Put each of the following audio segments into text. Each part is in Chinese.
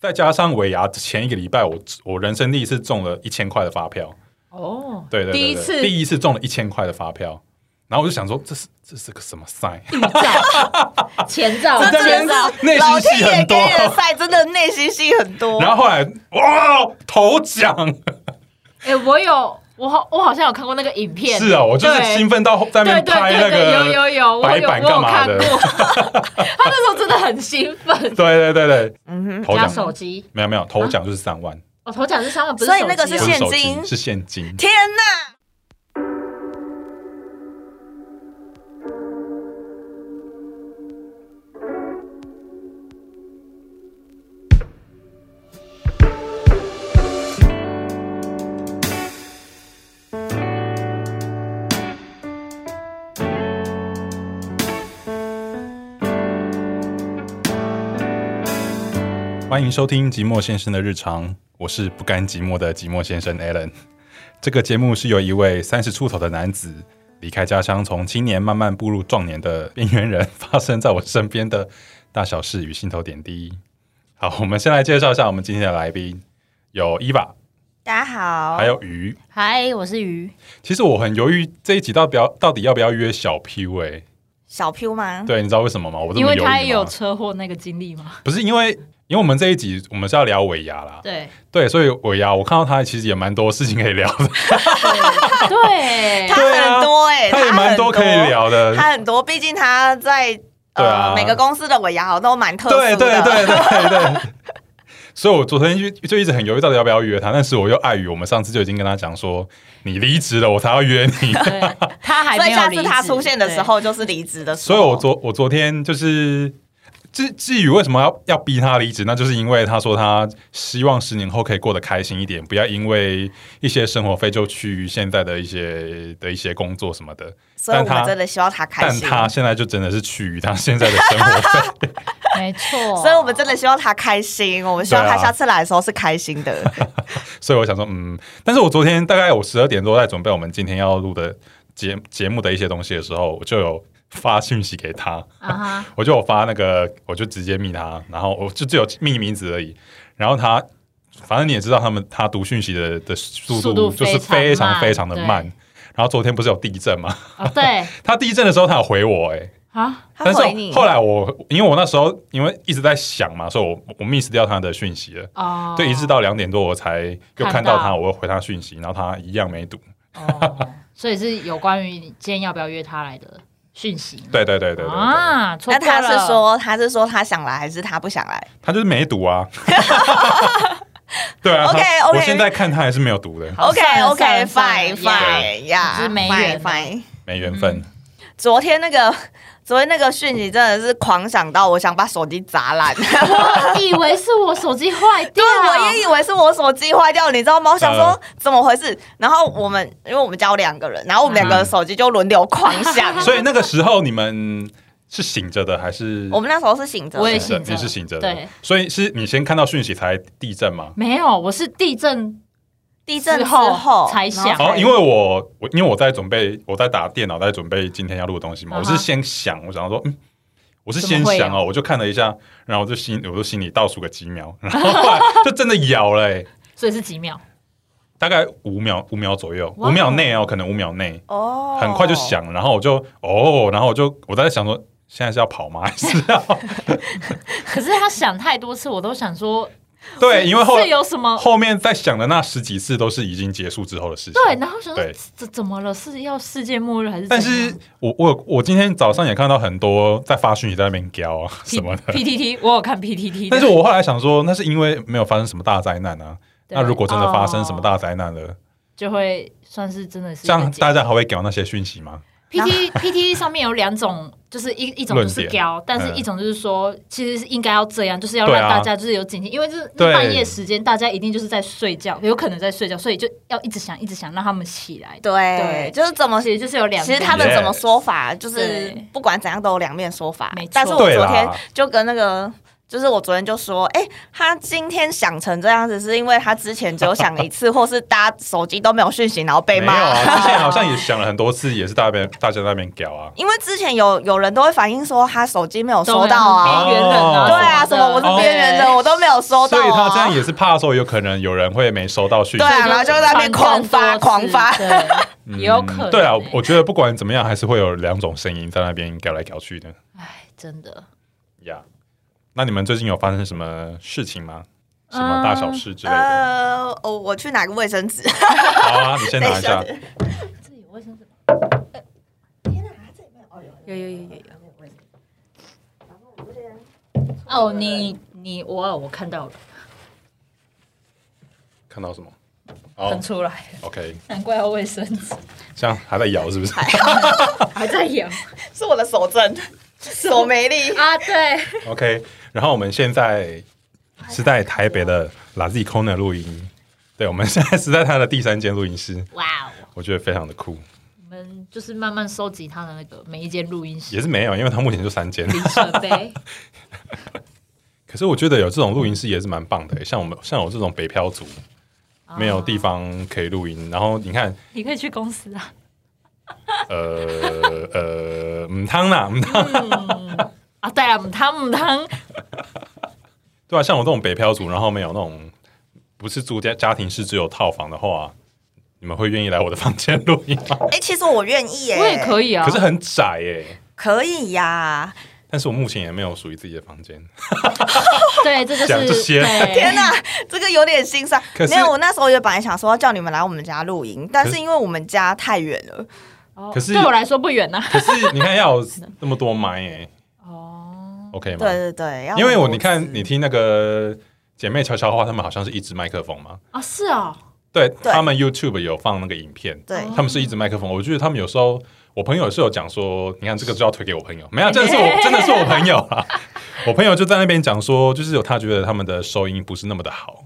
再加上尾牙前一个礼拜我，我人生第一次中了一千块的发票，哦，对对对对第一次第一次中了一千块的发票，然后我就想说这是这是个什么赛？前兆，这真的前是兆，哦内老心天戏爷很给多，你的赛真的内心戏很多。 然后后来哇头奖哎、我有，我好，我好像有看过那个影片，是啊，我就是对兴奋到在那对边对拍那对对，有有个有，我白有我板干有嘛看的过， 他那时候真的很兴 奋，对对对对，嗯哼，头加奖手机，没有没有头奖就是三万，我、头奖是三万，不是所以手那个机啊不是啊是现手金机是现金，天哪！欢迎收听《寂寞先生的日常》，我是不甘寂寞的寂寞先生 Alan。这个节目是由一位三十出头的男子离开家乡，从青年慢慢步入壮年的边缘人，发生在我身边的大小事与心头点滴。好，我们先来介绍一下我们今天的来宾，有伊娃，大家好，还有鱼。嗨，我是鱼，其实我很犹豫这一集到不要到底要不要约小 P 位，小 Q 吗？对，你知道为什么吗？我这因么为犹豫吗他也有车祸那个经历嘛，不是因为因为我们这一集我们是要聊尾牙啦，对对，所以尾牙我看到他其实也蛮多事情可以聊的。 对他，对啊很多 哎、他也蛮多可以聊的。他很多，毕竟他在对啊呃每个公司的尾牙好像都蛮特对殊的，对对对对。所以我昨天就就一直很犹豫到底要不要约他，但是我又碍于我们上次就已经跟他讲说你离职了，我才要约 你。对他还所没以有下离次职他出现的时，候就是离职的时所候。以我昨我昨天就是。至至于为什么要要逼他离职，那就是因为他说他希望十年后可以过得开心一点，不要因为一些生活费就去现在的一些的一些工作什么的。所以但我们他真的希望他开但心，他现在就真的是趋于他现在的生活费。对没错， 所以我们真的希望他开心，我们希望他对啊下次来的时候是开心的。所以我想说，嗯，但是我昨天大概我十二点多在准备我们今天要录的节节目的一些东西的时候，我就有发讯息给他，啊哈，我就有发那个，我就直接密他，然后我就只有密名字而已，然后他。反正你也知道，他们他读讯息的的速速度就是非非常慢常非常的对慢。然后昨天不是有地震吗？啊对他地震的时候，他有回我、欸，啊，他但是回你，后来我因为我那时候因为一直在想嘛，所以我我 miss 掉他的讯息了。哦，对，一直到两点多我才又看看到到他，我又回他讯息，然后他一样没读。哦，所以是有关于你今天要不要约他来的讯息。对对对对对对啊，错 那过了他是说他是说他想来还是他不想来？他就是没读啊。 对啊他 OK，OK 我现在看他还是没有读的，好 OK 算了 OK 算了算了 fine fine 呀，只是没缘 fine 啊 fine。没缘分。昨天那个昨天那个讯息真的是狂想到，我想把手机砸 烂。我以为是我手机坏掉，对，我也以为是我手机坏掉，你知道吗？我想说嗯怎么回事，然后我们因为我们家有两个人，然后我们两个嗯手机就轮流狂 响。所以那个时候你们是醒着的还是？我们那时候是醒着的，我也是醒着你是醒着的对，所以是你先看到讯息才地震吗？没有，我是地震地震之之后后才响然后哦，因为我我因为我在准备，我在打电脑，在准备今天要录的东西嘛。啊我哈是先想，我想说，嗯，我是怎么先会啊想哦，我就看了一下，然后我就心我就心里倒数个几秒，然后后来就真的咬了、欸，所以是几 秒？大概五秒五秒左右，哇五秒内哦，可能五秒内，哦，很快就。响了，然后我就哦，然后我就我在想说，现在是要跑吗？还是 要可是他想太多次，我都想说，对？因为后是有什么后面在想的那十几次都是已经结束之后的事情。对，然后想说对这怎么了？是要世界末日还是怎但样？是我我我今天早上也看到很多在发讯息在那边飙啊 P- 什么的， PTT，我有看 PTT，的但是我后来想说，那是因为没有发生什么大灾难啊。对那如果真的发生什么哦大灾难了，就会算是真的是一这个样结大家还会给我那些讯息吗？ P T P T 上面有两种，就是一一种就论是点高，但是嗯一种就是说，其实是应该要这样，就是要对让啊大家就是有警惕，因为这是对半夜时间，大家一定就是在睡觉，有可能在睡觉，所以就要一直想，一直想让他们起来。对，就是怎么其实就是有两其种，实他们 Yes 怎么说法，就是对不管怎样都有两面说法没错。但是我昨对天啦就跟那个就是我昨天就说，哎、他今天想成这样子，是因为他之前只有想 一次，或是大家手机都没有讯息，然后被没有骂。啊，之前好像也想了很多次，也是大边大家在那边屌啊。因为之前有有人都会反映说他手机没有都收到没有哦啊，边缘人啊，对啊，什么我是边缘人，我都没有 收到、所啊。以他这样也是怕说，有可能有人会没收到讯息对。啊然后就在那边狂发狂发对，也有可能、嗯欸对啊，我觉得不管怎么样，还是会有两种声音在那边搞来搞去的哎，真的，呀。那你们最近有发生什么事情吗？什么大小事之类的？呃，哦，我去拿个卫生纸。 好啊，你先拿一下呃等。这里有卫生纸吗，有有有有有。哦，你你我我看到了，看到什么？喷哦出来了， ，OK，难怪要卫生纸，这样还在摇是不是还在咬是我的 手震，手没力。啊，对， ？OK，然后我们现在是在台北的 Lazy Corner 录音。对，我们现在是在他的第三间录音室，哇哦，我觉得非常的酷。我们就是慢慢收集他的那个每一间录音室也是没有，因为他目前就三间。设备，可是我觉得有这种录音室也是蛮棒的、欸像我们像我这种北漂族，没有地方可以录音。然后你看，你可以去公司啊，呃 呃，嗯汤啦，嗯汤，啊，对啊，母汤母汤，对啊，像我这种北漂族，然后没有那种不是住家家庭式只有套房的话，你们会愿意来我的房间录音吗？哎、其实我愿意耶、我也可以啊，可是很窄欸耶、可以呀、但是我目前也没有属于自己的房间。对，这就讲是这些对 天哪、这个有点心酸可。是没有，我那时候也本来想说要叫你们来我们家露营，但是因为我们家太远了，哦可是对我来说不远呐、可是你看，要有那么多麦 耶、哦， o k 吗？对对对，要因为我很多你看，次你听那个姐妹悄悄话，她们好像是一支麦克风嘛，啊是哦，对对他们 YouTube 有放那个影片，对他们是一支麦克风。我觉得他们有时候，我朋友是有讲说，你看这个就要推给我朋友， 没有，真的是我真的是我朋友啊， 我朋友就在那边讲说，就是有他觉得他们的收音不是那么的好，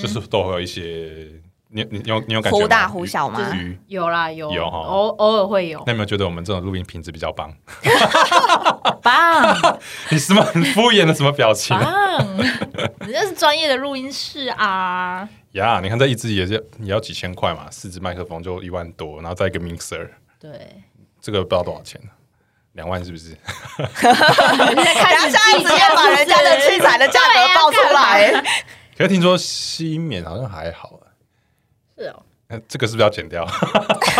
就是都会有一些，你你你有你有感觉吗嗯忽大忽小吗鱼，有啦有，有哈偶偶尔会有，那有没有觉得我们这种录音品质比较棒？棒你什么很敷衍的什么表情啊？棒， 人家是专业的录音室啊，呀你看这一支也是也要几千块嘛，四支麦克风就一万多，然后再一个 mixer，对，这个不知道多少钱，两万是不是？ 等下下一次要把人家的器材的价格报出 来。可是听说西缅好像还好，啊是哦，那这个是不是要剪掉？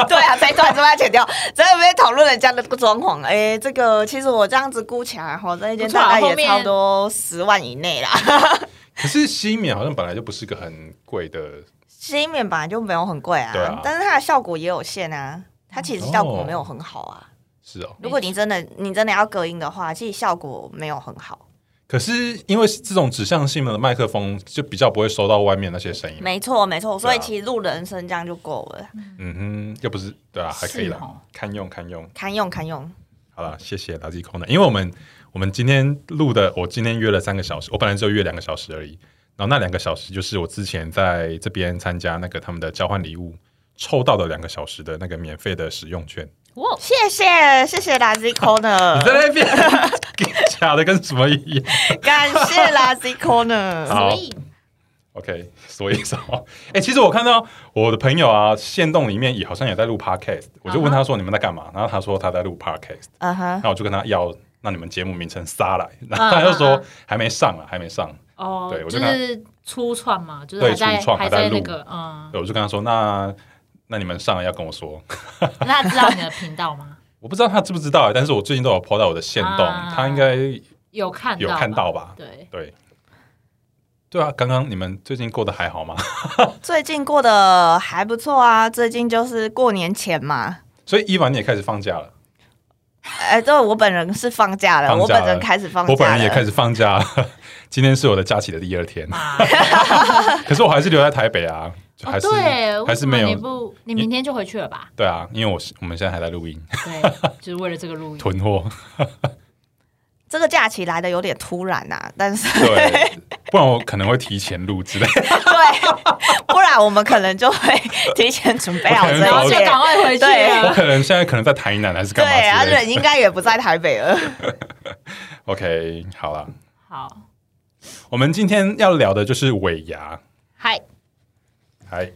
对啊，这一段是不是要剪掉？在那边讨论人家的装潢，哎、这个其实我这样子估起来，哈，这一间不错啊大概后也面差不多十万以内啦。可是西缅好像本来就不是个很贵的，西面本来就没有很贵啊，对啊哦但是它的效果也有限啊，它其实效果没有很好啊。是哦。如果你真的你真的要隔音的话，其实效果没有很好。可是因为这种指向性的麦克风，就比较不会收到外面那些声音。没错，没错，所以对啊其实录人声这样就够了，嗯哼，又不是对啊，还可以是哦啦，堪用堪用。堪用堪用。好了，谢谢垃圾空的，因为我们我们今天录的，我今天约了三个小时，我本来只有约两个小时而已。然后那两个小时就是我之前在这边参加那个他们的交换礼物抽到的两个小时的那个免费的使用券。哇，谢谢谢谢 Lazy 啊 你在 Corner，那边假的跟什么一样？感谢 Lazy Corner。好所以 OK，所以什么？ 哎、其实我看到我的朋友啊，线动里面也好像也在录 Podcast，我就问他说你们在干啊嘛？然后他说他在录 Podcast，嗯哼，那我就跟他要，那你们节目名称撒来，然后他就啊啊说啊还没上啊，还没上。哦对，我就就看是初创嘛，就是对还在初创还还在在录那个嗯，对，我就跟他说那那你们上了要跟我说，那他知道你的频 道吗？我不知道他知不知道，欸但是我最近都有 po 到我的线动，啊他应该有看有吧看到吧？ 对，对。对啊，刚刚你们最近过得还好吗？ 最近过得还不错啊，最近就是过年前嘛。所以伊凡你也开始放假了，哎，对我本人是放假了，放假我本人了开始放假了，我本人也开始放假了， 今天是我的假期的第二天。啊，可是我还是留在台北啊，就还哦是、对，为还什是么没你有不，你明天就回去了吧？对啊，因为我是我们现在还在录音对， 就是为了这个录音。囤货，这个假期来的有点突然呐、啊，但是对，不然我可能会提前录之类。 对，不然我们可能就会提前准备好我可这能然后一就切。赶快回去我了。可能现在可能在台南还是对，干嘛啊，之类的。人应该也不在台北了。 OK，好啦，好，我们今天要聊的就是尾牙，嗨，还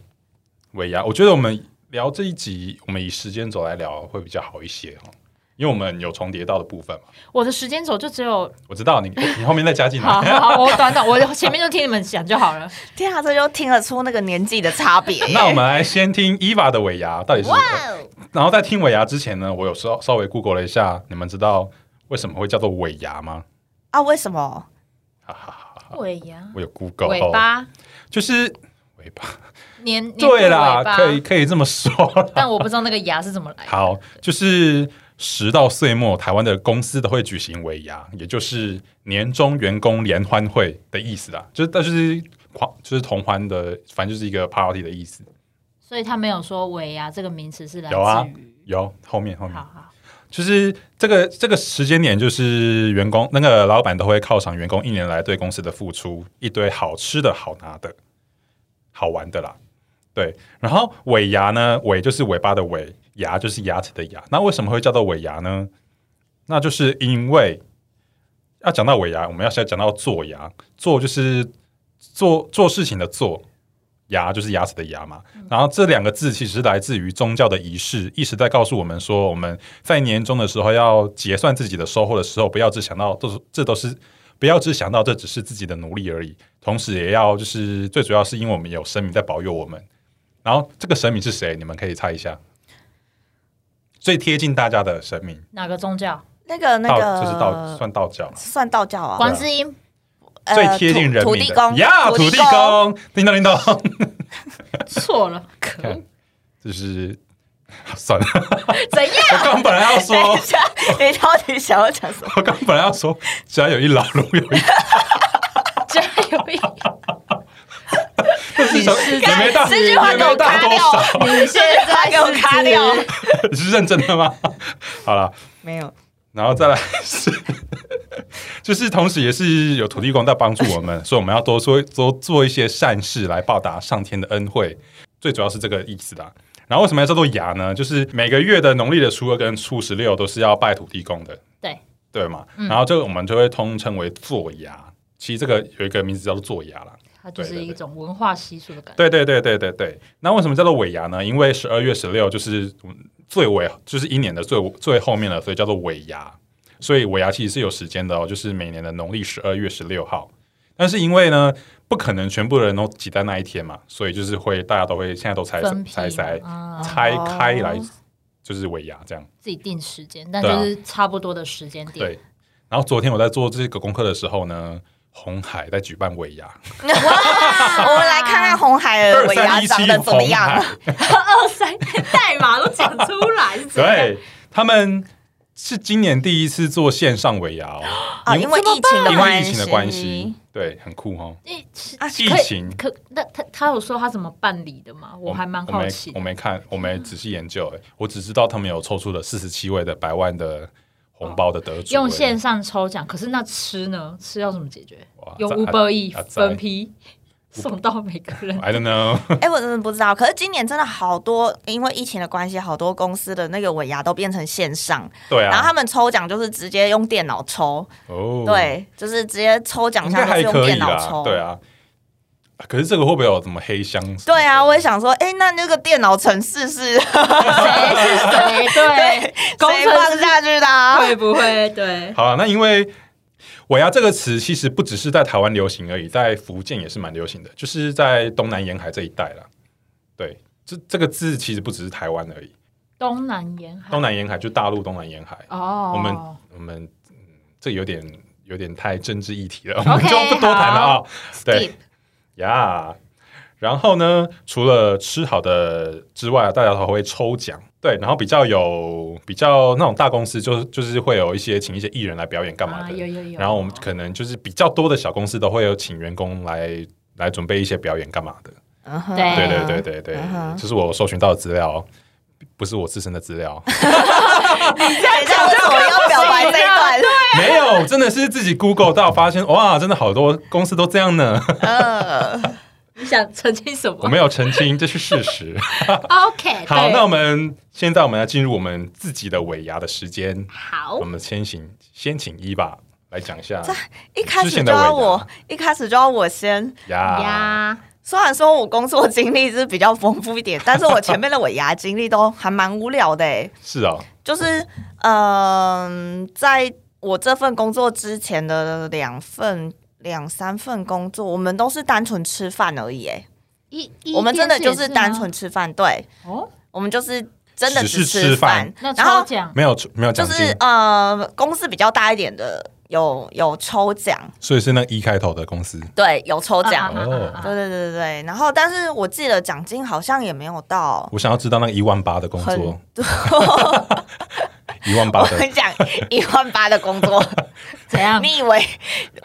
尾牙。我觉得我们聊这一集，我们以时间轴来聊会比较好一些哦，因为我们有重叠到的部分嘛。我的时间轴就只有我知道你，你后面再加进好来。好好，我短短，我前面就听你们讲就好了。 天啊，这就听得出那个年纪的差别 那我们来先听伊娃的尾牙到底是哇哦什么，然后在听尾牙之前呢，我有稍稍微 Google 了一下，你们知道为什么会叫做尾牙吗？啊，为什么？哈哈哈哈， 尾牙、我有 Google，哦尾巴、就是尾巴，年年对尾啦，巴可以可以这么说啦。 但我不知道那个牙是怎么来的。好，就是十到岁末，台湾的公司都会举行尾牙，也就是年终员工联欢会的意思啦。就是，但就是狂，就是同欢的，反正就是一个 party 的意思。所以他没有说尾牙这个名词是来有啊自于。有后面后面好，好，就是这个这个时间点，就是员工那个老板都会犒赏员工一年来对公司的付出，一堆好吃的好拿的、好玩的啦。对，然后尾牙呢，尾就是尾巴的尾，牙就是牙齿的牙。那为什么会叫做尾牙呢？那就是因为要讲到尾牙，我们要先讲到做牙，做就是做做事情的做，牙就是牙齿的牙嘛。然后这两个字其实是来自于宗教的仪式，一直在告诉我们说，我们在年终的时候要结算自己的收获的时候，不要只想到都是这都是不要只想到这只是自己的努力而已，同时也要就是最主要是因为我们有神明在保佑我们。然后这个神明是谁？你们可以猜一下。最贴近大家的神明，哪个宗教？啊那个那道个就是道算道教嘛，算道教啊，观世音呃最贴近人土土民地的公呀，土地，公，叮咚叮咚，错了，可恶 看，就是 算了，怎样？我刚本来要 等说 一，下，你到底想要讲什么？我刚本来要说，只要有一老如有一加油！ 这是什么？也没大，这句话也给我没大卡多掉少，，你现 在给我卡掉， 你是认真的吗？好了，没有。然后再来是， 就是同时也是有土地公在帮助我们，所以我们要多说多做一些善事来报答上天的恩惠，最主要是这个意思啦。然后为什么要叫做牙呢？就是每个月的农历的初二跟初十六都是要拜土地公的，对，对嘛？然后这个我们就会通称为做牙，其实这个有一个名字叫做做牙啦。它就是一种文化习俗的感觉。对对对对对对。那为什么叫做尾牙呢？因为十二月十六就是嗯最尾，就是一年的最最后面了，所以叫做尾牙。所以尾牙其实是有时间的哦，就是每年的农历十二月十六号。但是因为呢，不可能全部人都挤在那一天嘛，所以就是会大家都会现在都拆分批拆拆啊，拆开来哦，就是尾牙这样。自己定时间，但对啊就是差不多的时间点。对。然后昨天我在做这个功课的时候呢，红海在举办尾牙，我们来看看红海的二呃尾三牙一长七得怎么红海样。。二三 代码都讲出来，是怎样对，他们是今年第一次做线上尾牙哦，啊，因为疫情的因为关疫系，情的关系，对，很酷哦。疫情啊疫可以情，可那他他有说他怎么办理的吗？我还蛮好奇我没。我的没看，我没仔细研究，哎，我只知道他们有抽出了四十七位的百万的红包的得主，哦用哎线上抽奖，可是那吃呢？吃要怎么解决哇？用这 Uber E 啊分批送到每个 人。 ，I don't know，哎，我真的不知道。可是今年真的好多，因为疫情的关系，好多公司的那个尾牙都变成线上，对然后啊，他们抽奖就是直接用电脑抽，哦，，对，就是直接抽奖应箱该就是还用可以电脑啦抽，，对。啊。可是这个会不会有什么黑箱？对啊，我也想说，哎，那那个电脑程式是谁是谁？对，工谁程放师下去的啊？会不会？对，好了，那因为“尾牙”这个词其实不只是在台湾流行而已，在福建也是蛮流行的，就是在东南沿海这一带啦。对，这这个字其实不只是台湾而已，东南沿海。东南沿海就大陆东南沿海。哦，我们我们、嗯、这有点有点太政治议题了，我 OK，们就不多谈了啊、对 Skip 呀然后呢，除了吃好的之外，大家还会抽奖。对，然后比较有比较那种大公司就，就是会有一些请一些艺人来表演干嘛啊的。有有有。然后我们可能就是比较多的小公司都会有请员工来来准备一些表演干嘛的。嗯哼对对对对对对，嗯哼这是我搜寻到的资料，哦不是我自身的资料，哦等一下，为什么要表白这一段？ 没有，真的是自己 Google 到发现，哇，真的好多公司都这样 呢。嗯，你想澄清什我么没有澄清，这是事实。哎？OK，好，对那我们现哦在我们要进入我们自己的尾牙的时间，好我，们先请先请一吧。来讲一下一开之始前就的啊要伟达我，一开始就要我先。呀，呀，虽然说我工作经历是比较丰富一点，但是我前面的尾牙经历都还蛮无聊的、欸，是哦，就是嗯、在我这份工作之前的两份。两三份工作，我们都是单纯吃饭而已、欸。一我们真的就是单。一电视也纯吗吃饭，对，哦，我们就是真的只是吃吃饭饭。那然后抽奖没有没有奖就金是，呃，公司比较大一点的有有抽奖，所以是那一开头的公司对，有抽奖。啊哦对对对对对，然后但是我记得奖金好像也没有到我想要知道那个一万八的工很作，多， 一万八我的 跟你讲一万八的工 作，怎样？你以为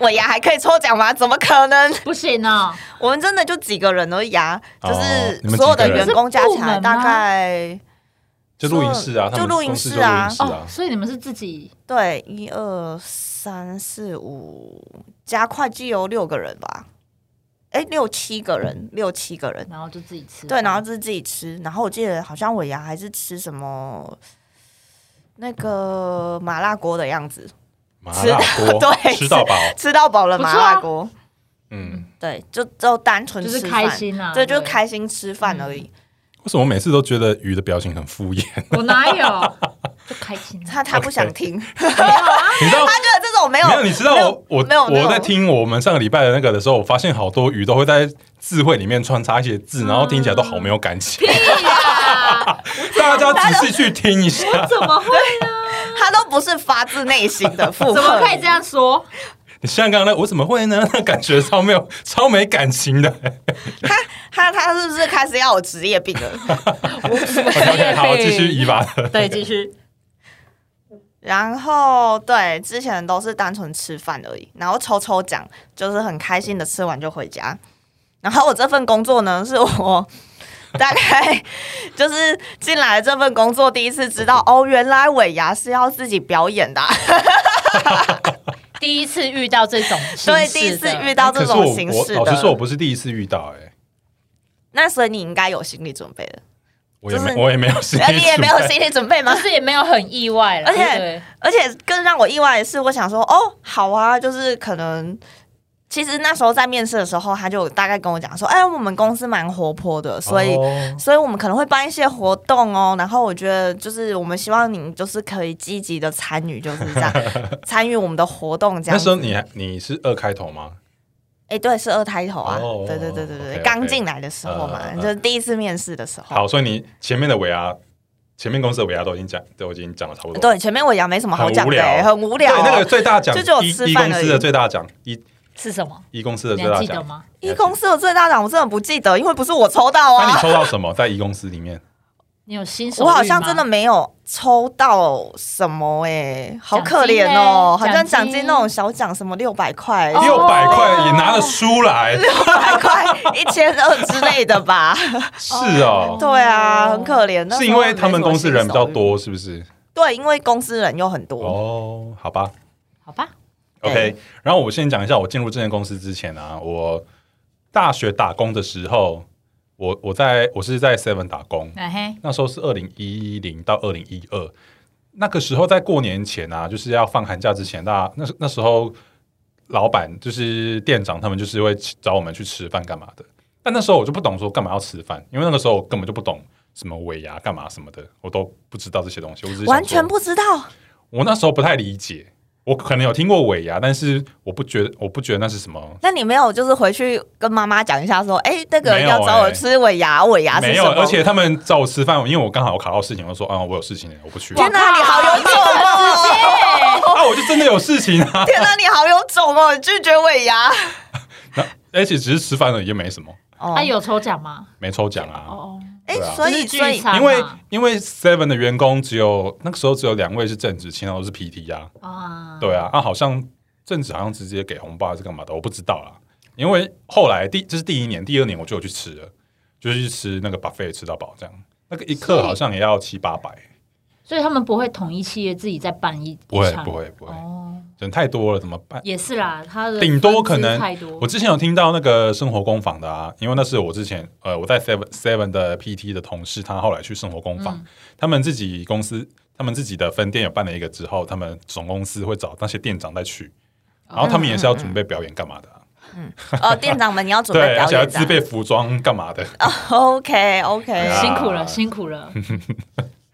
尾牙还可以抽奖吗？怎么可能？不行哦，我们真的就几个人而已啊，哦你就们是所有几的个人员工加起可是部来门吗大概就录音室啊，就他们录音公司室就录啊音室哦啊，，所以你们是自己对一二三四五加会计有六个人吧？哎，六七个人，六七个人。然后就自己吃饭，对，然后就是自己吃。然后我记得好像尾牙还是吃什么那个麻辣锅的样子，麻辣锅 对吃到饱，吃到饱了不错麻啊辣锅。嗯，对，就就单纯就是吃开饭，心啊，对，就是开心吃饭而已。为什么我每次都觉得鱼的表情很敷 衍？我哪有？就开心啊，他他不想 听，你知道他觉得这种没有没有，你知道没有我我没有没有我在听我们上个礼拜的那个的时候，我发现好多鱼都会在字汇里面穿插一些字，然后听起来都好没有感 情。屁啊，大家仔细去听一下，怎么会呢？他都不是发自内心的附和，怎么可以这？样说？ 你像刚刚那我怎么会呢？那感觉超没有超没感情 的。他他是不是开始要有职业病了？ OK OK，好，继续移吧。对，继续。然后对，之前都是单纯吃饭而已，然后抽抽奖，就是很开心的吃完就回家。然后我这份工作呢，是我 大概就是进来这份工作第一次知道，哦，原来尾牙是要自己表演的啊、第一次遇到这种形式所的，以第一次遇到哎可是这种我形我式老实说，我的，不是第一次遇到，哎，那所以你应该有心理准备 的，我也就是没我也没有心理而你也没有准备哦心理准备吗就？是也没有很意外了，而且对而且更让我意外的是，我想说，哦，好啊，就是可能。其实那时候在面试的时候，他就大概跟我讲说：“哎，我们公司蛮活泼的，所以、哦所以我们可能会办一些活动哦。然后我觉得就是我们希望你就是可以积极的参与，就是 这样参与我们的活动这样。那时候你还你是二开头吗？哎，对，是二开头啊，哦对对对对对 OK，OK 刚进来的时候嘛，嗯嗯嗯就是第一次面试的时候。好，所以你前面的尾牙，前面公司的尾牙都已经讲都已经讲的差不多。对，前面我也没什么好讲的、欸，很很无对聊、，那个最大奖就只有，一吃一饭公司而的已最大奖，一是什么？一公司的你最还大记得奖。吗？一公司的最大奖我真的不记得，因为不是我抽到那你啊，抽到什么？在一公司里面，你有新手？我好像真的。没有抽到什么哎、好可怜哦，好奖金嘞奖像奖金金那种小奖什么六百块、哦六百块也拿得出来，六 百块、一千二之类的吧？是哦。对啊，很可怜。那时候是因为他们没什么公司人比较新手运，多，是不是？对，因为公司人又很多。哦，好吧好吧， ，OK。然后我先讲一下，我进入这间公司之前啊，我大学打工的时候，我我在我是在 Seven 打工，哎嘿，那时候是二零一零到二零一二，那个时候在过年前啊，就是要放寒假之前，那那那时候老板就是店长，他们就是会找我们去吃饭干嘛的。但那时候我就不懂说干嘛要吃饭，因为那个时候我根本就不懂什么尾牙干嘛什么的，我都不知道这些东西。我只是想完说全，不知道，我那时候不太理解。我可能有听过尾牙，但是我不觉得，我不觉得那是什么。那你没有就是回去跟妈妈讲一下，说，哎、那个没有要找我欸吃尾牙，尾牙是没什有，么？而且他们找我吃饭，因为我刚好有卡到事情，我就说啊、我有事情，我不去。天哪，你好有种哦！啊，我就真的有事情啊。天哪，你好有种哦！你拒绝尾牙，而且哎只是吃饭而已，也没什么，哦他有抽奖吗？没抽奖啊。哦哎对啊，所以就是所以聚餐因为嘛因为 Seven 的员工只有那个时候只有两位是正职，其他都是 PT 啊。哦啊，对啊，啊好像正职好像直接给红包还是干嘛的，我不知道啦。因为后来第这是第一年，第二年我就有去吃了，就是去吃那个 buffet 吃到饱这样，那个一克好像也要七八百，所以他们不会统一企业自己再办一不会一场不会不会，哦，人太多了怎么办？也是啦，他的顶多分支可能太多我，之前有听到那个生活工坊的啊，因为那是我之前呃我在 Seven Seven 的 PT 的同事，他后来去生活工嗯坊，他们自己公司他们自己的分店有办了一个之后，他们总公司会找那些店长再去，哦然嗯后他们也是要准备表演干嘛的啊、呃，店长们你要准备对，而表且要演的啊自备服装干嘛的。 OK 哎对 OK，啊辛苦了，辛苦了。嗯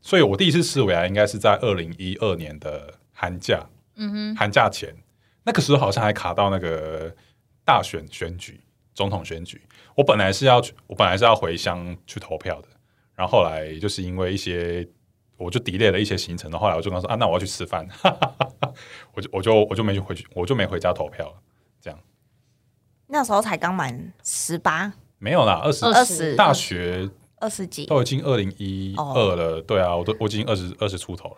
所以我第一次吃尾牙应该是在二零一二年的寒假，嗯哼，寒假前那个时候好像还卡到那个大选选举、总统选举。我本来是要去，我本来是要回乡去投票的，然后后来就是因为一些，我就 delay 了一些行程，然后后来我就跟他说啊，那我要去吃饭， 我就我就我就没去回去，我就没回家投票了。那时候才刚满十八、没有啦，二十二十大学二十几，都已经二零一二了，对啊，我都我已经二十二十出头了，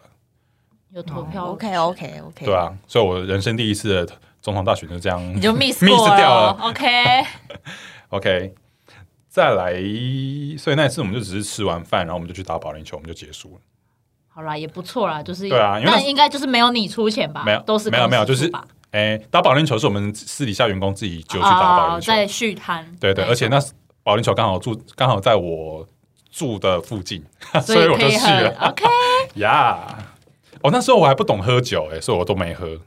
有投哦票 OK OK OK，对，啊，所以我人生第一次的总统大选就这样你就 miss 过嗯 miss 了掉了。 OK， OK，再来，所以那一次我们就只是吃完饭，然后我们就去打保龄球，我们就结束了。好啦，也不错啦，就是对啊因为那但应该就是没有你出钱吧？没有都是没有没有公司就是出吧哎、打保龄球是我们私底下员工自己就去打保啊龄，球，在续摊，对对，而且那保龄球刚好住刚好在我住的附近， 所以我可就以去很了 OK，呀。哦，那时候我还不懂喝酒、哎，所以我都没喝，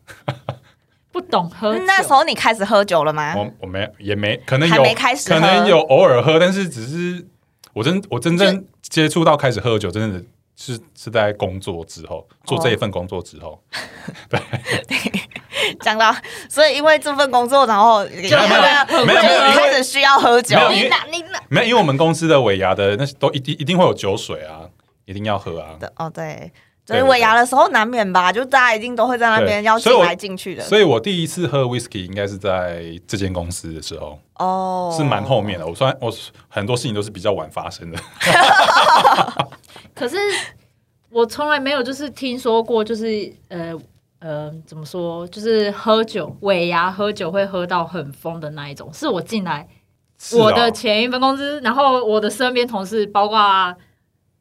不懂喝酒那时候你开始喝酒了吗？啊我我没也没可能还有没开始可能喝有偶尔喝，但是只是我真我真正接触到开始喝酒，真的是是在工作之后做这一份工作之 后，讲到，所以因为这份工作，然后啊就没有没有没有因为开始需要喝酒没，有因你为哪你哪？没有，因为我们公司的尾牙的那些都一定一定会有酒水啊，一定要喝啊。的哦，对，就对是尾牙的时候难免吧，就大家一定都会在那边对要所以进我来进去的所以我第一次喝 whisky 应该是在这间公司的时候，哦，是蛮后面的。我虽然我很多事情都是比较晚发生的，可是我从来没有就是听说过，就是呃呃，怎么说，就是喝酒尾牙喝酒会喝到很疯的那一种，是我进来是我啊的前一份公司，然后我的身边同事，包括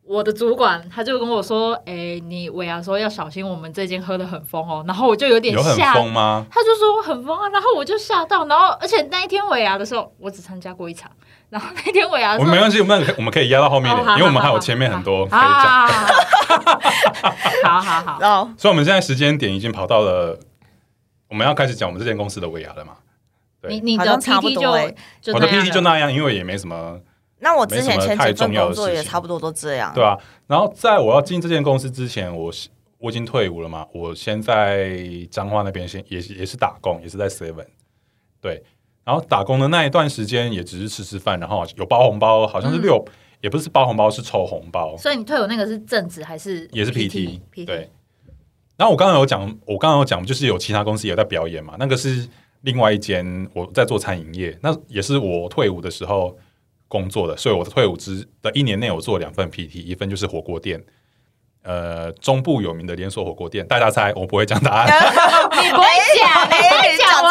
我的主管，他就跟我说：“哎、你尾牙说要小心，我们这间喝的很疯哦。”然后我就有点有很吓，疯吗？他就说我很疯啊，然后我就吓到，然后而且那一天尾牙的时候，我只参加过一场，然后那天尾牙的我时们没候。关系，我们我们可以压到后面一哦好点，因为我们好还有好前面很多可以讲。啊，好好好，哦，所以我们现在时间点已经跑到了，我们要开始讲我们这间公司的尾牙了嘛？对你你好的像差不 PT 多就欸就我的那样 PT 就了那样，因为也没什么那我之前没什么前太几重份要的工作事也情差不多都这样，对啊，然后在我要进这间公司之前，我是我已经退伍了嘛，我先在彰化那边先也是也是打工，也是在 Seven，对，然后打工的那一段时间也只是吃吃饭，然后有包红包，好像是嗯六，也不是包红包，是抽红包，所以你退伍那个是正职还是也是 PT？ PT，, 对。然后我刚刚有讲，我刚刚有讲，就是有其他公司也有在表演嘛，那个是另外一间我在做餐饮业，那也是我退伍的时候工作的，所以我退伍之的一年内，我做了两份 PT，一份就是火锅店，呃，中部有名的连锁火锅店，大家猜，我不会讲答案，你不会讲，你不会讲吗？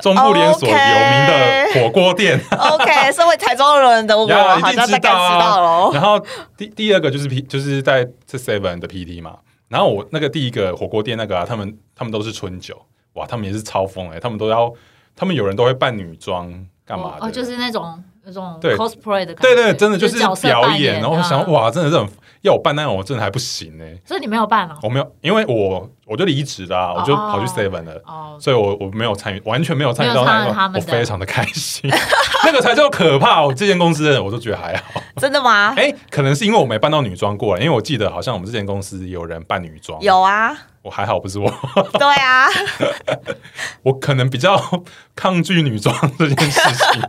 中部连锁有名的火锅店， OK，身为台中人的我呀好一定像大概道知啊。道哦喽。然后第第二个就是 P，就是在这 Seven 的 PT 嘛。然后我那个第一个火锅店那个啊，他们他们都是春酒，哇，他们也是超疯哎、他们都要，他们有人都会扮女装干嘛的？哦，就是那种那种对 cosplay 的感觉，对对，真的就是角色表扮演，然后我想、嗯，哇，真的是很要我办那种，我真的还不行哎、所以你没有办哦，我没有，因为我我就离职啦、我就跑去哦 Seven 了。哦，所以我我没有参与，完全没有参与没到有那参与他个，我们的非常的开心， 那个才叫可怕。我这间公司的人，我都觉得还好。真的吗？哎、可能是因为我没扮到女装过来，因为我记得好像我们之前公司有人扮女装，有啊，我还好不是我， 对啊，我可能比较抗拒女装这件事情。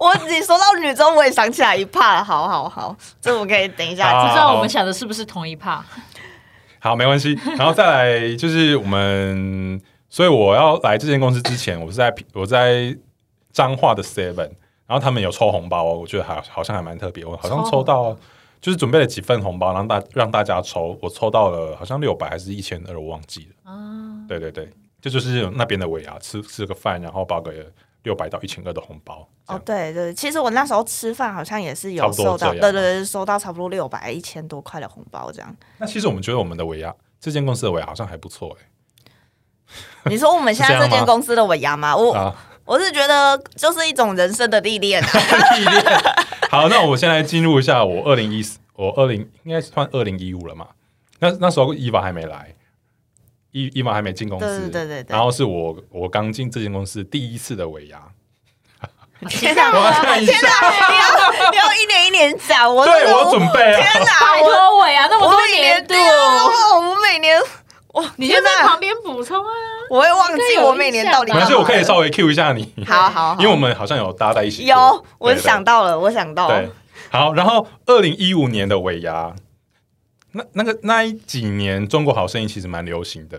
我你说到女中，我也想起来一怕了。好好好，这我可以等一下好啊不讲。知道我们想的是不是同一 part？好，没关系。然后再来就是我们，所以我要来这间公司之前，我是在我在彰化的 Seven，然后他们有抽红包哦，我觉得还好像还蛮特别，我好像抽到。就是准备了几份红包，让大让大家抽，我抽到了好像六百还是一千二，我忘记了。啊，对对对，这就是那边的尾牙，吃吃个饭，然后包个六百到一千二的红包。这哦样，对对，其实我那时候吃饭好像也是差有不多收到，这样对吧对对，收到差不多六百一千多块的红包这 样。那其实我们觉得我们的尾牙，这间公司的尾牙好像还不错哎、你说我们现在是这样这吗间公司的尾牙吗？我、啊， 我是觉得就是一种人生的历练、啊，历练好，那我先来进入一下我二零一四，我二零应该算二零一五了嘛？那那时候伊娃还没来，一一毛还没进公司，对对对对对然后是我我刚进这间公司第一次的尾牙， 哦天哪！我要看一下，你要你要一年一年讲，我真对的我准备啊，天哪！拜我托尾牙那么我多每年年度对，啊，我每年哇，你就天在哪旁边补充啊。我会忘应记该有我每年到没底干关嘛。系，我可以稍微 Q 一下你，好好好因为我们好像有搭在一起过，有，我对对想到了，我想到对了，，好，然后二零一五年的尾牙，那那个那一几年中国好声音其实蛮流行的，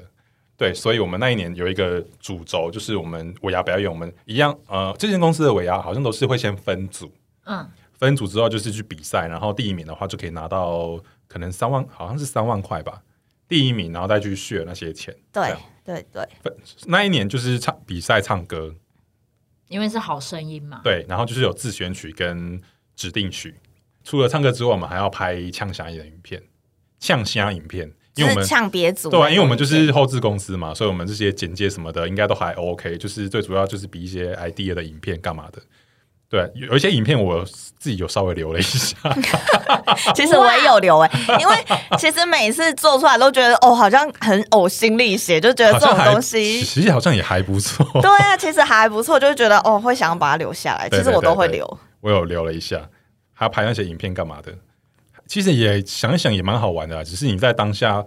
对，所以我们那一年有一个主轴，就是我们尾牙表演，我们一样，呃，这间公司的尾牙好像都是会先分组，嗯，分组之后就是去比赛，然后第一名的话就可以拿到可能三万，好像是三万块吧，第一名，然后再去血那些钱。对对对，那一年就是唱比赛唱歌，因为是好声音嘛。对，然后就是有自选曲跟指定曲。除了唱歌之外，我们还要拍呛虾的影片，呛虾影片，因就为我是们呛别组欸那对种意啊，见，因为我们就是后置公司嘛，所以我们这些简介什么的应该都还 OK，就是最主要就是比一些 idea 的影片干嘛的。对，啊有有一些影片我自己有稍微留了一下，啊其实我也有留哎、因为其实每次做出来都觉得哦，好像很呕心沥血，就觉得好这像种还东西，其实好像也还不错。对啊，其实还不错，就是觉得哦，会想要把它留下来。对其实我都会留，我有留了一下，还拍那些影片干嘛的。其实也想一想也蛮好玩的、啊，只是你在当下，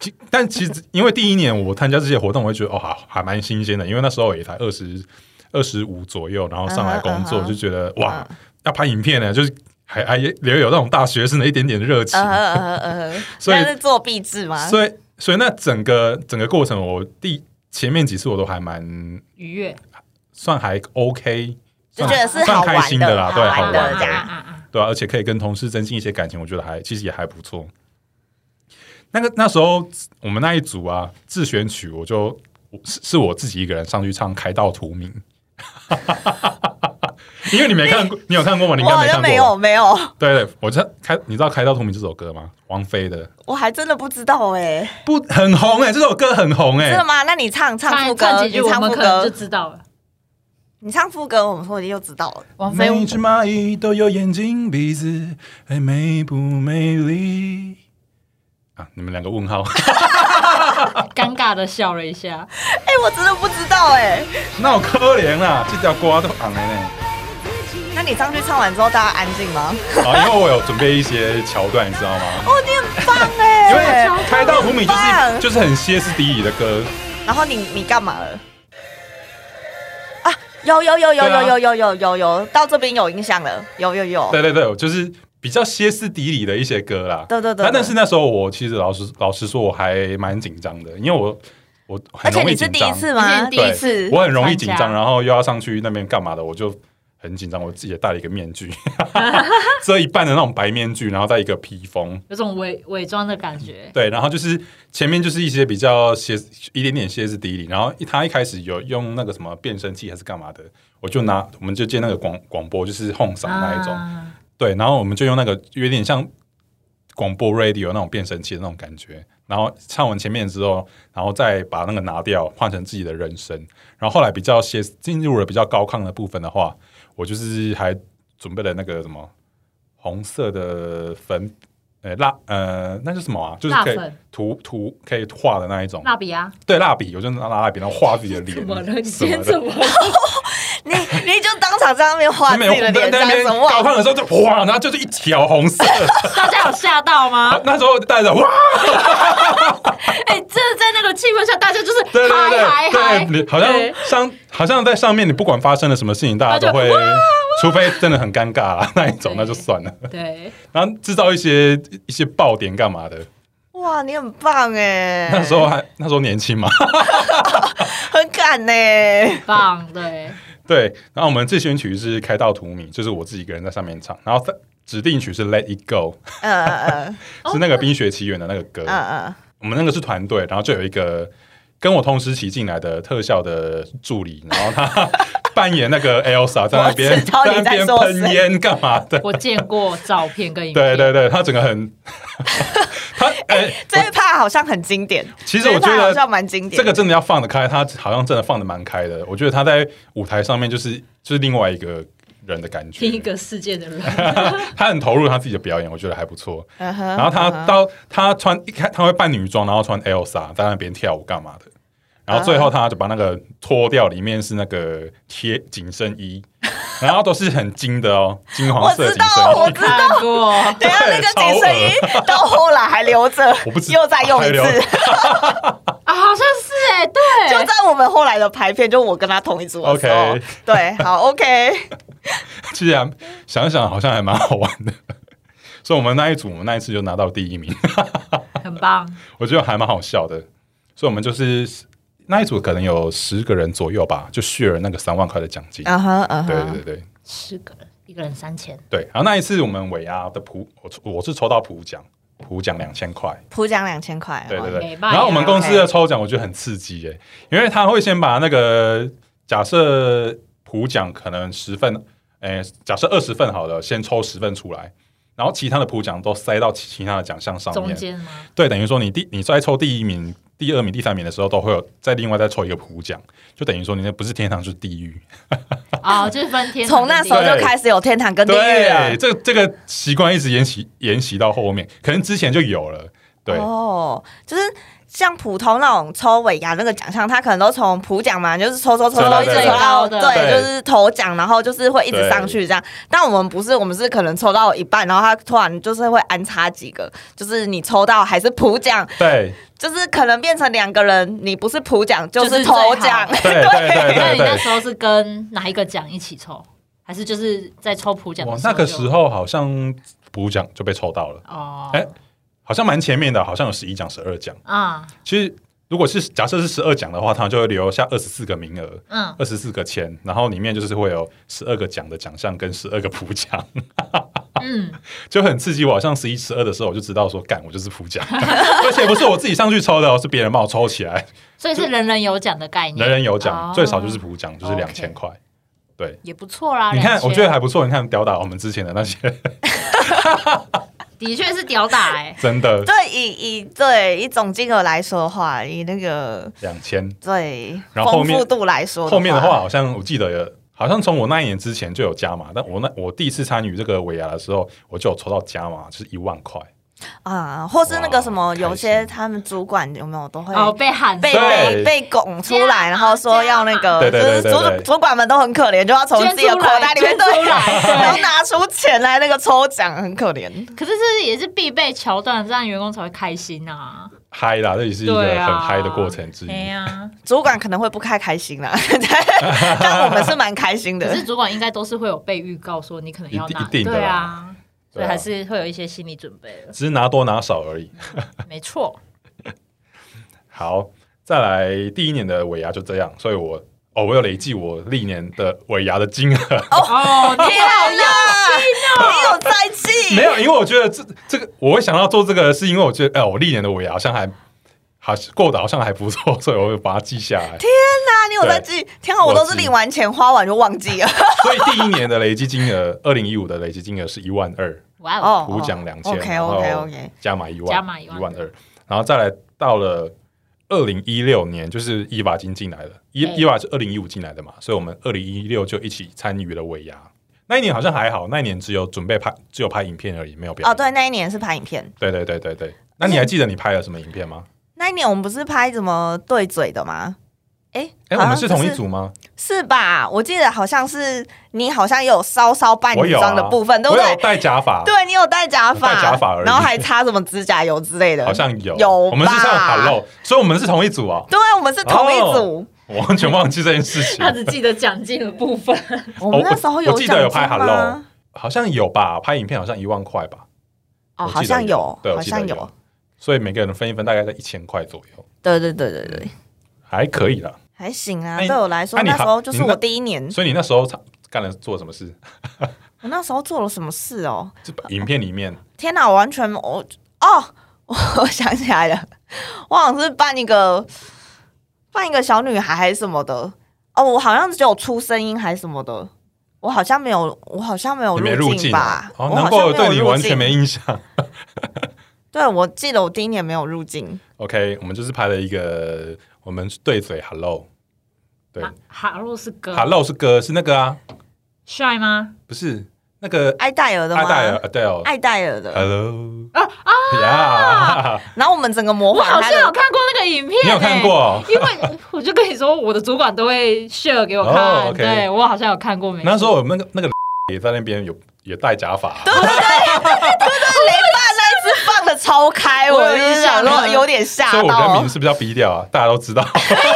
其但其实因为第一年我参加这些活动，我会觉得哦，还还蛮新鲜的，因为那时候也才二十二十五左右，然后上来工作嗯哼嗯哼就觉得哇，要拍影片呢，就是还还留有那种大学生的一点点热情，嗯哼嗯哼嗯哼， 所以那是作弊制吗？所以所以那整个整个过程，我第前面几次我都还蛮愉悦，算还 OK，就算觉得是算好开玩心的啦，对，好好玩玩的这样。啊对啊，而且可以跟同事增进一些感情，我觉得还其实也还不错。那个那时候我们那一组啊，自选曲我就我是是我自己一个人上去唱《开到荼蘼》， 因为你没看过，你有看过吗？你应我该好没看过像吧。没有没有，对对，我这开，你知道《开到荼蘼》这首歌吗？王菲的，我还真的不知道哎、不很红哎、这首歌很红哎、真的吗？那你唱唱副唱歌，唱几你句我唱们副可能就歌，知道了。你唱副歌，我们说不定就知道了。王菲，每只蚂蚁都有眼睛、鼻子，还美不美丽？啊，你们两个问号。尴尬的笑了一下，哎、我真的不知道哎、那有可怜啦，这条瓜都红的呢。 那你上去唱完之后，大家安静吗？啊，因为我有准备一些桥段，你知道吗？哦，你很棒哎、因为开到荼蘼就是棒就是很歇斯底里的歌，然后你你干嘛了？啊，有有有有对啊有有有有有有，到这边有影响了，有有有，对对对，就是比较歇斯底里的一些歌啦。对对对对那但是那时候我其实老实老实说，我还蛮紧张的，因为我我而很且容易你是紧第张一，次吗？而且你第一次对我很容易紧参张，加然后又要上去那边干嘛的，我就很紧张，我自己也戴了一个面具， 遮一半的那种白面具，然后再一个披风，有种伪伪装的感觉。对，然后就是前面就是一些比较歇一点点歇斯底里，然后一他一开始有用那个什么变声器还是干嘛的，我就拿我们就接那个广广播，就是哄嗓那一种，啊对，然后我们就用那个有点像广播 radio 那种变声器的那种感觉，然后唱完前面之后，然后再把那个拿掉，换成自己的人声，然后后来比较歇进入了比较高亢的部分的话，我就是还准备了那个什么红色的粉。呃，蜡呃，那是什么啊？就是可以蜡粉涂涂可以画的那一种，蜡笔啊，对，蜡笔，我就拿蜡笔，然后画自己的脸，怎么了？你什么今天的怎么了？ 你你就当场在那边画自没有己的脸，在这那样边子高哇，亢的时候就哇，然后就是一条红色，大家有吓到吗啊？那时候带着哇，哎，真的在那个气氛下，大家就是对对嗨嗨嗨对，对，你好像对上好像在上面，你不管发生了什么事情，大家都会，除非真的很尴尬啊那一种，对那就算了。对，然后制造一些一些爆点干嘛的？哇，你很棒哎、那时候还那时候年轻嘛， 很敢欸呢、棒，对，对。然后我们自选曲是《开到荼蘼》，就是我自己一个人在上面唱，然后指定曲是《Let It Go 嗯嗯》，是那个《冰雪奇缘》的那个歌。嗯嗯我们那个是团队，然后就有一个跟我同时期进来的特效的助理，然后他扮演那个 Elsa 在那边我知道你那在边说喷谁烟干嘛的？我见过照片跟影对片，对对，他整个很他哎、嗯，这一趴好像很经典，其实我觉这一趴好得像蛮经典，这个真的要放得开，他好像真的放得蛮开的。我觉得他在舞台上面就是就是另外一个人的感觉。听一个世界的人，他很投入他自己的表演，我觉得还不错。嗯哼然后他嗯哼到他穿一开他会扮女装，然后穿 Elsa 在那边跳舞干嘛的。然后最后他就把那个脱掉，里面是那个贴紧身衣，然后都是很金的哦，金黄我色知紧身道，衣。我知道。看过，啊等一下那对个超紧身衣到后来还留着 我不，知又再用一还留次，啊，好像是哎，对， 就在我们后来的排片，就我跟他同一组的时候 OK 对，好，OK，既然想想好像还蛮好玩的， 所以我们那一组，我们那一次就拿到第一名， 很棒，我觉得还蛮好笑的。所以我们就是那一组可能有十个人左右吧，就 share 那个三万块的奖金。嗯哼，嗯对哼，对对对十个人，一个人三千，对。然后那一次我们尾牙的普，我抽我是抽到普奖，普奖两千块。普奖两千块，啊对对哦对美。吧然后我们呀公司的抽奖我觉得很刺激耶，因为他会先把那个假设普奖可能十份，诶，假设二十份好了，先抽十份出来，然后其他的普奖都塞到其其他的奖项上中面。间吗？对，等于说你第你在抽第一名、第二名、第三名的时候，都会有再另外再抽一个普奖，就等于说你那不是天堂就是地狱。啊，就是分天堂从跟那地狱，时候就开始有天堂跟地狱了啊对，。这这个习惯一直沿袭沿袭到后面，可能之前就有了。对，哦，就是像普通那种抽尾牙那个奖项，他可能都从普奖嘛，就是抽抽抽抽对对到一直对抽到，对对，对就是头奖，然后就是会一直上去这样。但我们不是，我们是可能抽到一半，然后他突然就是会安插几个，就是你抽到还是普奖，对，就是可能变成两个人，你不是普奖就就是是最好哎头奖，对，对，对，那对， 你那对。时候是跟哪一个奖一起抽？还是就是在抽普奖的我时候就？那个时候好像补奖就被抽到了，哦，哎好像蛮前面的，好像有十一奖、十二奖。啊，其实如果是假设是十二奖的话，他就会留下二十四个名额，嗯，二十四个签，然后里面就是会有十二个奖的奖项跟十二个普奖， 啊嗯，就很刺激。我好像十一、十二的时候我就知道说，干，我就是普 奖，而且不是我自己上去抽的哦，是别人帮我抽起来，所以是人人有奖的概念，人人有奖，哦最少就是普奖，就是两 OK 千块。对，也不错啦。你看， 2000我觉得还不错。你看，吊打我们之前的那些，，的确是屌 打哎真 的对，以以对以总金额来说的话，以那个两千。对然后后丰面富度来说后面的话，好像我记得有，好像从我那一年之前就有加码，但我那我第一次参与这个尾牙的时候，我就有抽到加码，就是一万块。啊，或是那个什哇么，有开些心他们主管有没有都会哦，被喊被对被被拱出来，然后说要那个，对就对对是对对主主管们都很可怜，就要从自己的口袋里面捐出来对，捐出来然后拿出钱来那个抽奖，很可怜。可是这也是必备桥段，这样员工才会开心啊。嗨啦，这也是一个对啊很嗨的过程之一。对啊呀，主管可能会不太开心啦， 但我们是蛮开心可的是。主管应该都是会有被预告说你可能要拿，一定一定的啦对啊，所对以啊还是会有一些心理准备了。只是拿多拿少而已。啊没错，好，再来第一年的尾牙就这样，所以我哦，我有累计我历年的尾牙的金额，哦，你天好哪，啊你有在气？没有，因为我觉得这这个我会想要做这个，是因为我觉得哎，我历年的尾牙好像还好过得好像还不错，所以我会把它记下来。那你有在记？天啊，我都是领完钱花完就忘记了。所以第一年的累积金额，二零一五的累积金额是一万二。哇哦，哦普奖两千 OK OK OK，加码一万，加码一一万万二，然后再来到了二零一六年，就是伊娃金进来了，伊哎伊娃是二零一五进来的嘛，所以我们二零一六就一起参与了尾牙。那一年好像还好，那一年只有准备拍，只有拍影片而已，没有表演。哦，对，那一年是拍影片，对对对对对。那你还记得你拍了什么影片吗？那一年我们不是拍怎么对嘴的吗？哎，哎，我好像们是同不一组吗？是吧？我记得好像是你好像有稍稍扮我女有啊装的部分，对不我有对？戴假发，对你有戴假发，我戴假发而已然后还擦什么指甲油之类的，好像有有我们是上吧 Hello，所以哦我们是同一组哦。对，我们是同一组。我完全忘记这件事 情他，只记得奖金的部分，我们那时候有我记得有奖金拍吗 Hello 好像有吧？拍影片好像一万块吧。哦，我记得好像有，对，我好记得像有。，所以每个人分一分，大概在一千块左右，对对对对对，还可以啦。还行啊。那你对我来说，哎那你那时候好就是你我那第一年，所以你那时候干了做什么事？我那时候做了什么事哦？就影片里面，天哪，我完全我哦， 我想起来了，我好像是扮一个扮一个小女孩还是什么的哦，我好像只有出声音还是什么的，我好像没有，我好像没有你没入镜吧啊？？哦，我难好怪像我没有对你入完全境没印象。对，我记得我第一年没有入境， OK，我们就是拍了一个，我们对嘴 Hello，对哈哈洛是哥，Hello 是歌，是那个啊，帅吗？不是那个艾戴尔的吗？阿戴尔呃 Adele 艾戴尔的。 Hello 啊呀，然后我们整个模我仿好他像有的，看过那个影片、欸，你有看？过？哦因为我就跟你说，我的主管都会 share 给我看哦，OK 对我好像有看过没？那时候我们那个那个也在那边有也戴假发，啊对对对对对对，雷霸那一只放的超开，我我有印象就想那说个有点吓所以我人到名。是不是要逼掉啊？大家都知道，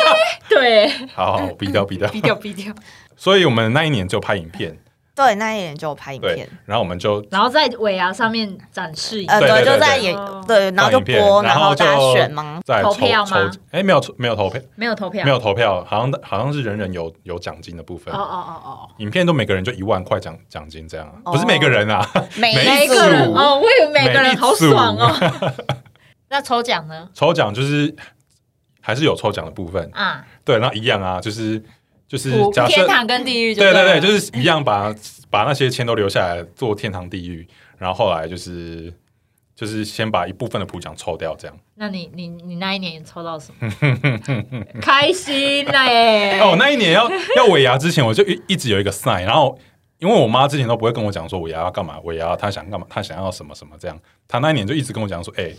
对，好好逼掉逼掉低。调低调，所以我们那一年就拍影片，对，那一年就有拍影对片，，然后我们就然后在尾牙上面展示一下呃，对对对就在演哦对，然后就放影片播，然然后后大家就选吗？在投抽票抽吗，哎，没有抽没有投票，没有投票，没有投票，好像好像是人人有有奖金的部分哦。哦哦影片都每个人就一万块奖奖金这样啊，哦不是每个人啊， 每哦，每每一一个人组哦，我以为每个每一人组好爽哦。 那抽奖呢？抽奖就是还是有抽奖的部分，啊，对，然后一样啊，就是就是普假天设，堂跟地狱就对对对，了就是一样把把那些钱都留下来做天堂地狱，然后后来就是就是先把一部分的普奖抽掉，这样。那你你你那一年抽到什 么？开心嘞！哦，那一年要要尾牙之前，我就一一直有一个 sign，然后因为我妈之前都不会跟我讲说尾牙要干嘛，尾牙她想干嘛，她想要什么什么这样。她那一年就一直跟我讲说，哎、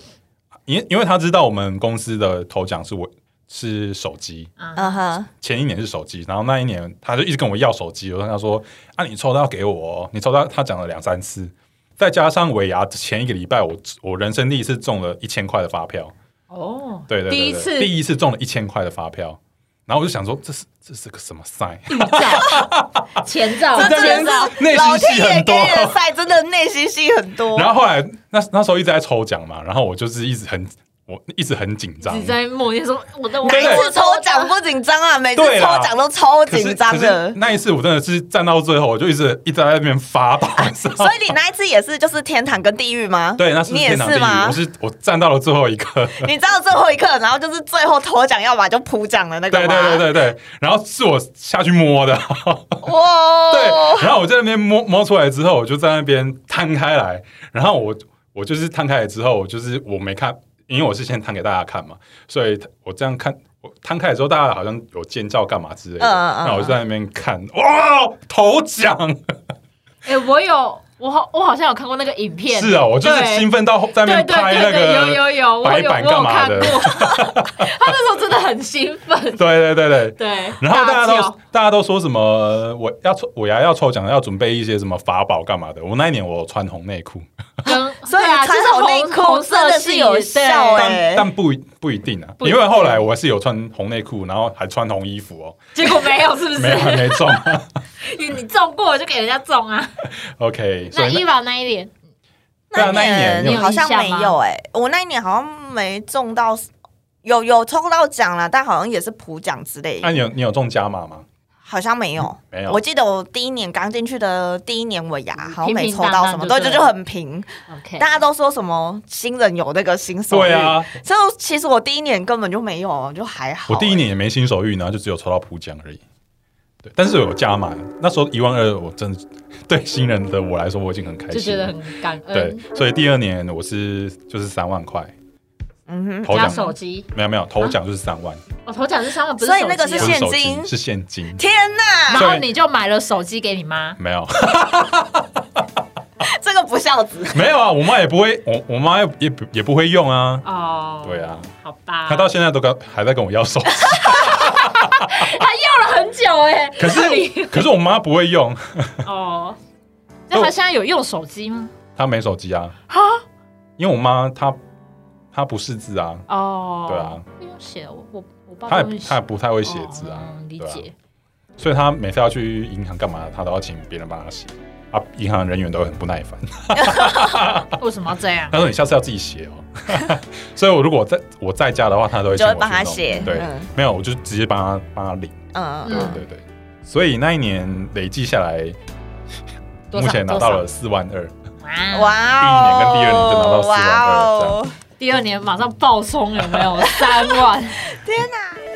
因因为她知道我们公司的头奖是我是手机，啊，嗯哼，前一年是手机，然后那一年她就一直跟我要手机，我跟她说啊，你抽到要给我哦，你抽到她讲了两三次，再加上尾牙前一个礼拜我我人生第一次中了一千块的发票。哦，对对对对第一次第一次中了一千块的发票，然后我就想说，这是这是个什么赛？前兆，哦这真前的兆，是内老心天戏爷很给多。 你的赛，真的内心戏很多。然后后来那那时候一直在抽奖嘛，然后我就是一直很我一直很紧张只，在默念说，我的我每对次抽奖不紧张啊，每次对抽啦奖都超可是紧张可的是。那一次我真的是站到最后，我就一直一直在那边发抖。你知道吗啊所以你那一次也是就是天堂跟地狱吗？对，那是你也天堂地是狱，吗我？是我站到了最后一 个。你知道最后一刻，然后就是最后头奖，要么就普奖的那个对吗？对对对对，然后是我下去摸的，对，哇，哦对，然后我在那边摸摸出来之后，我就在那边摊开来，然后我我就是摊开来之后，我就是我没看，因为我是先摊给大家看嘛，所以我这样看，我摊开来之后，大家好像有尖叫干嘛之类的，嗯嗯嗯那我就在那边看，哇，头奖哎、我有，我好，我好像有看过那个影片。是啊，我就是对兴奋到在那对边对拍那对对，有个，有有，我白有我板干有嘛看的过， 他那时候真的很兴奋，对对对对。对，然后大家大都叫大家都说什么？呃我要抽，我牙要抽奖，要准备一些什么法宝干嘛的？我那一年我穿红内裤，跟所对以啊，就穿是红内红裤红色真的系是有效对哎但但不一不一定啊，不一因定为后来我是有穿红内裤，然后还穿红衣 服哦，结果没有，是不没有还是？没中。 你你中过就给人家中啊。 OK，所那以伊娃那一年，对啊那一年你年有好像没印象有吗哎、我那一年好像没中到，有有抽到奖啦，但好像也是普奖之类那、的，你有你有中加码吗？好像没有。嗯没有嗯我记得我第一年刚进去的第一年尾牙，好像没抽到什平平么，淡淡就对，对就了就很平。 OK，大家都说什么新人有那个新手对运，啊，所以其实我第一年根本就没有，就还好、我第一年也没新手运，然后啊就只有抽到普奖而已。对，但是有加码，那时候一万二，我真的对新人的我来说，我已经很开就觉心得了。很嗯感对恩，，所以第二年我是就是三万块嗯头加奖，手机，没有没有头奖就是三万，我头奖是三万，不是所以那个不手机是啊现手金机是现金哼，，天哪，然后你就买了手机给你妈，没有。这个不孝子。 没有啊，我妈也不会，我我妈也也不也不会用啊。哦，对啊，好吧，她到现在都跟还在跟我要手机，他要了很久哎，可是可是我妈不会用， 哦，那他现在有用手机吗？她没手机啊。因为我妈她她不识字啊，哦，对啊，不用写，我我我爸她不也用她也写，不太会写字啊哦，理对啊。解。所以她每次要去银行干嘛，她都要请别人帮她写啊。银行人员都很不耐烦，为什么要这样？她说你下次要自己写哦。所以我如果在我在家的话，她都会就请会我去帮她弄写对嗯，没有，我就直接帮她帮她领。嗯，对嗯对对，所以那一年累计下来，多目少前拿到了四万二。哇哇！哇哦，第一年跟第二年就拿到4万二哇这哦样 第二年马上爆冲，有没有三万？天哪！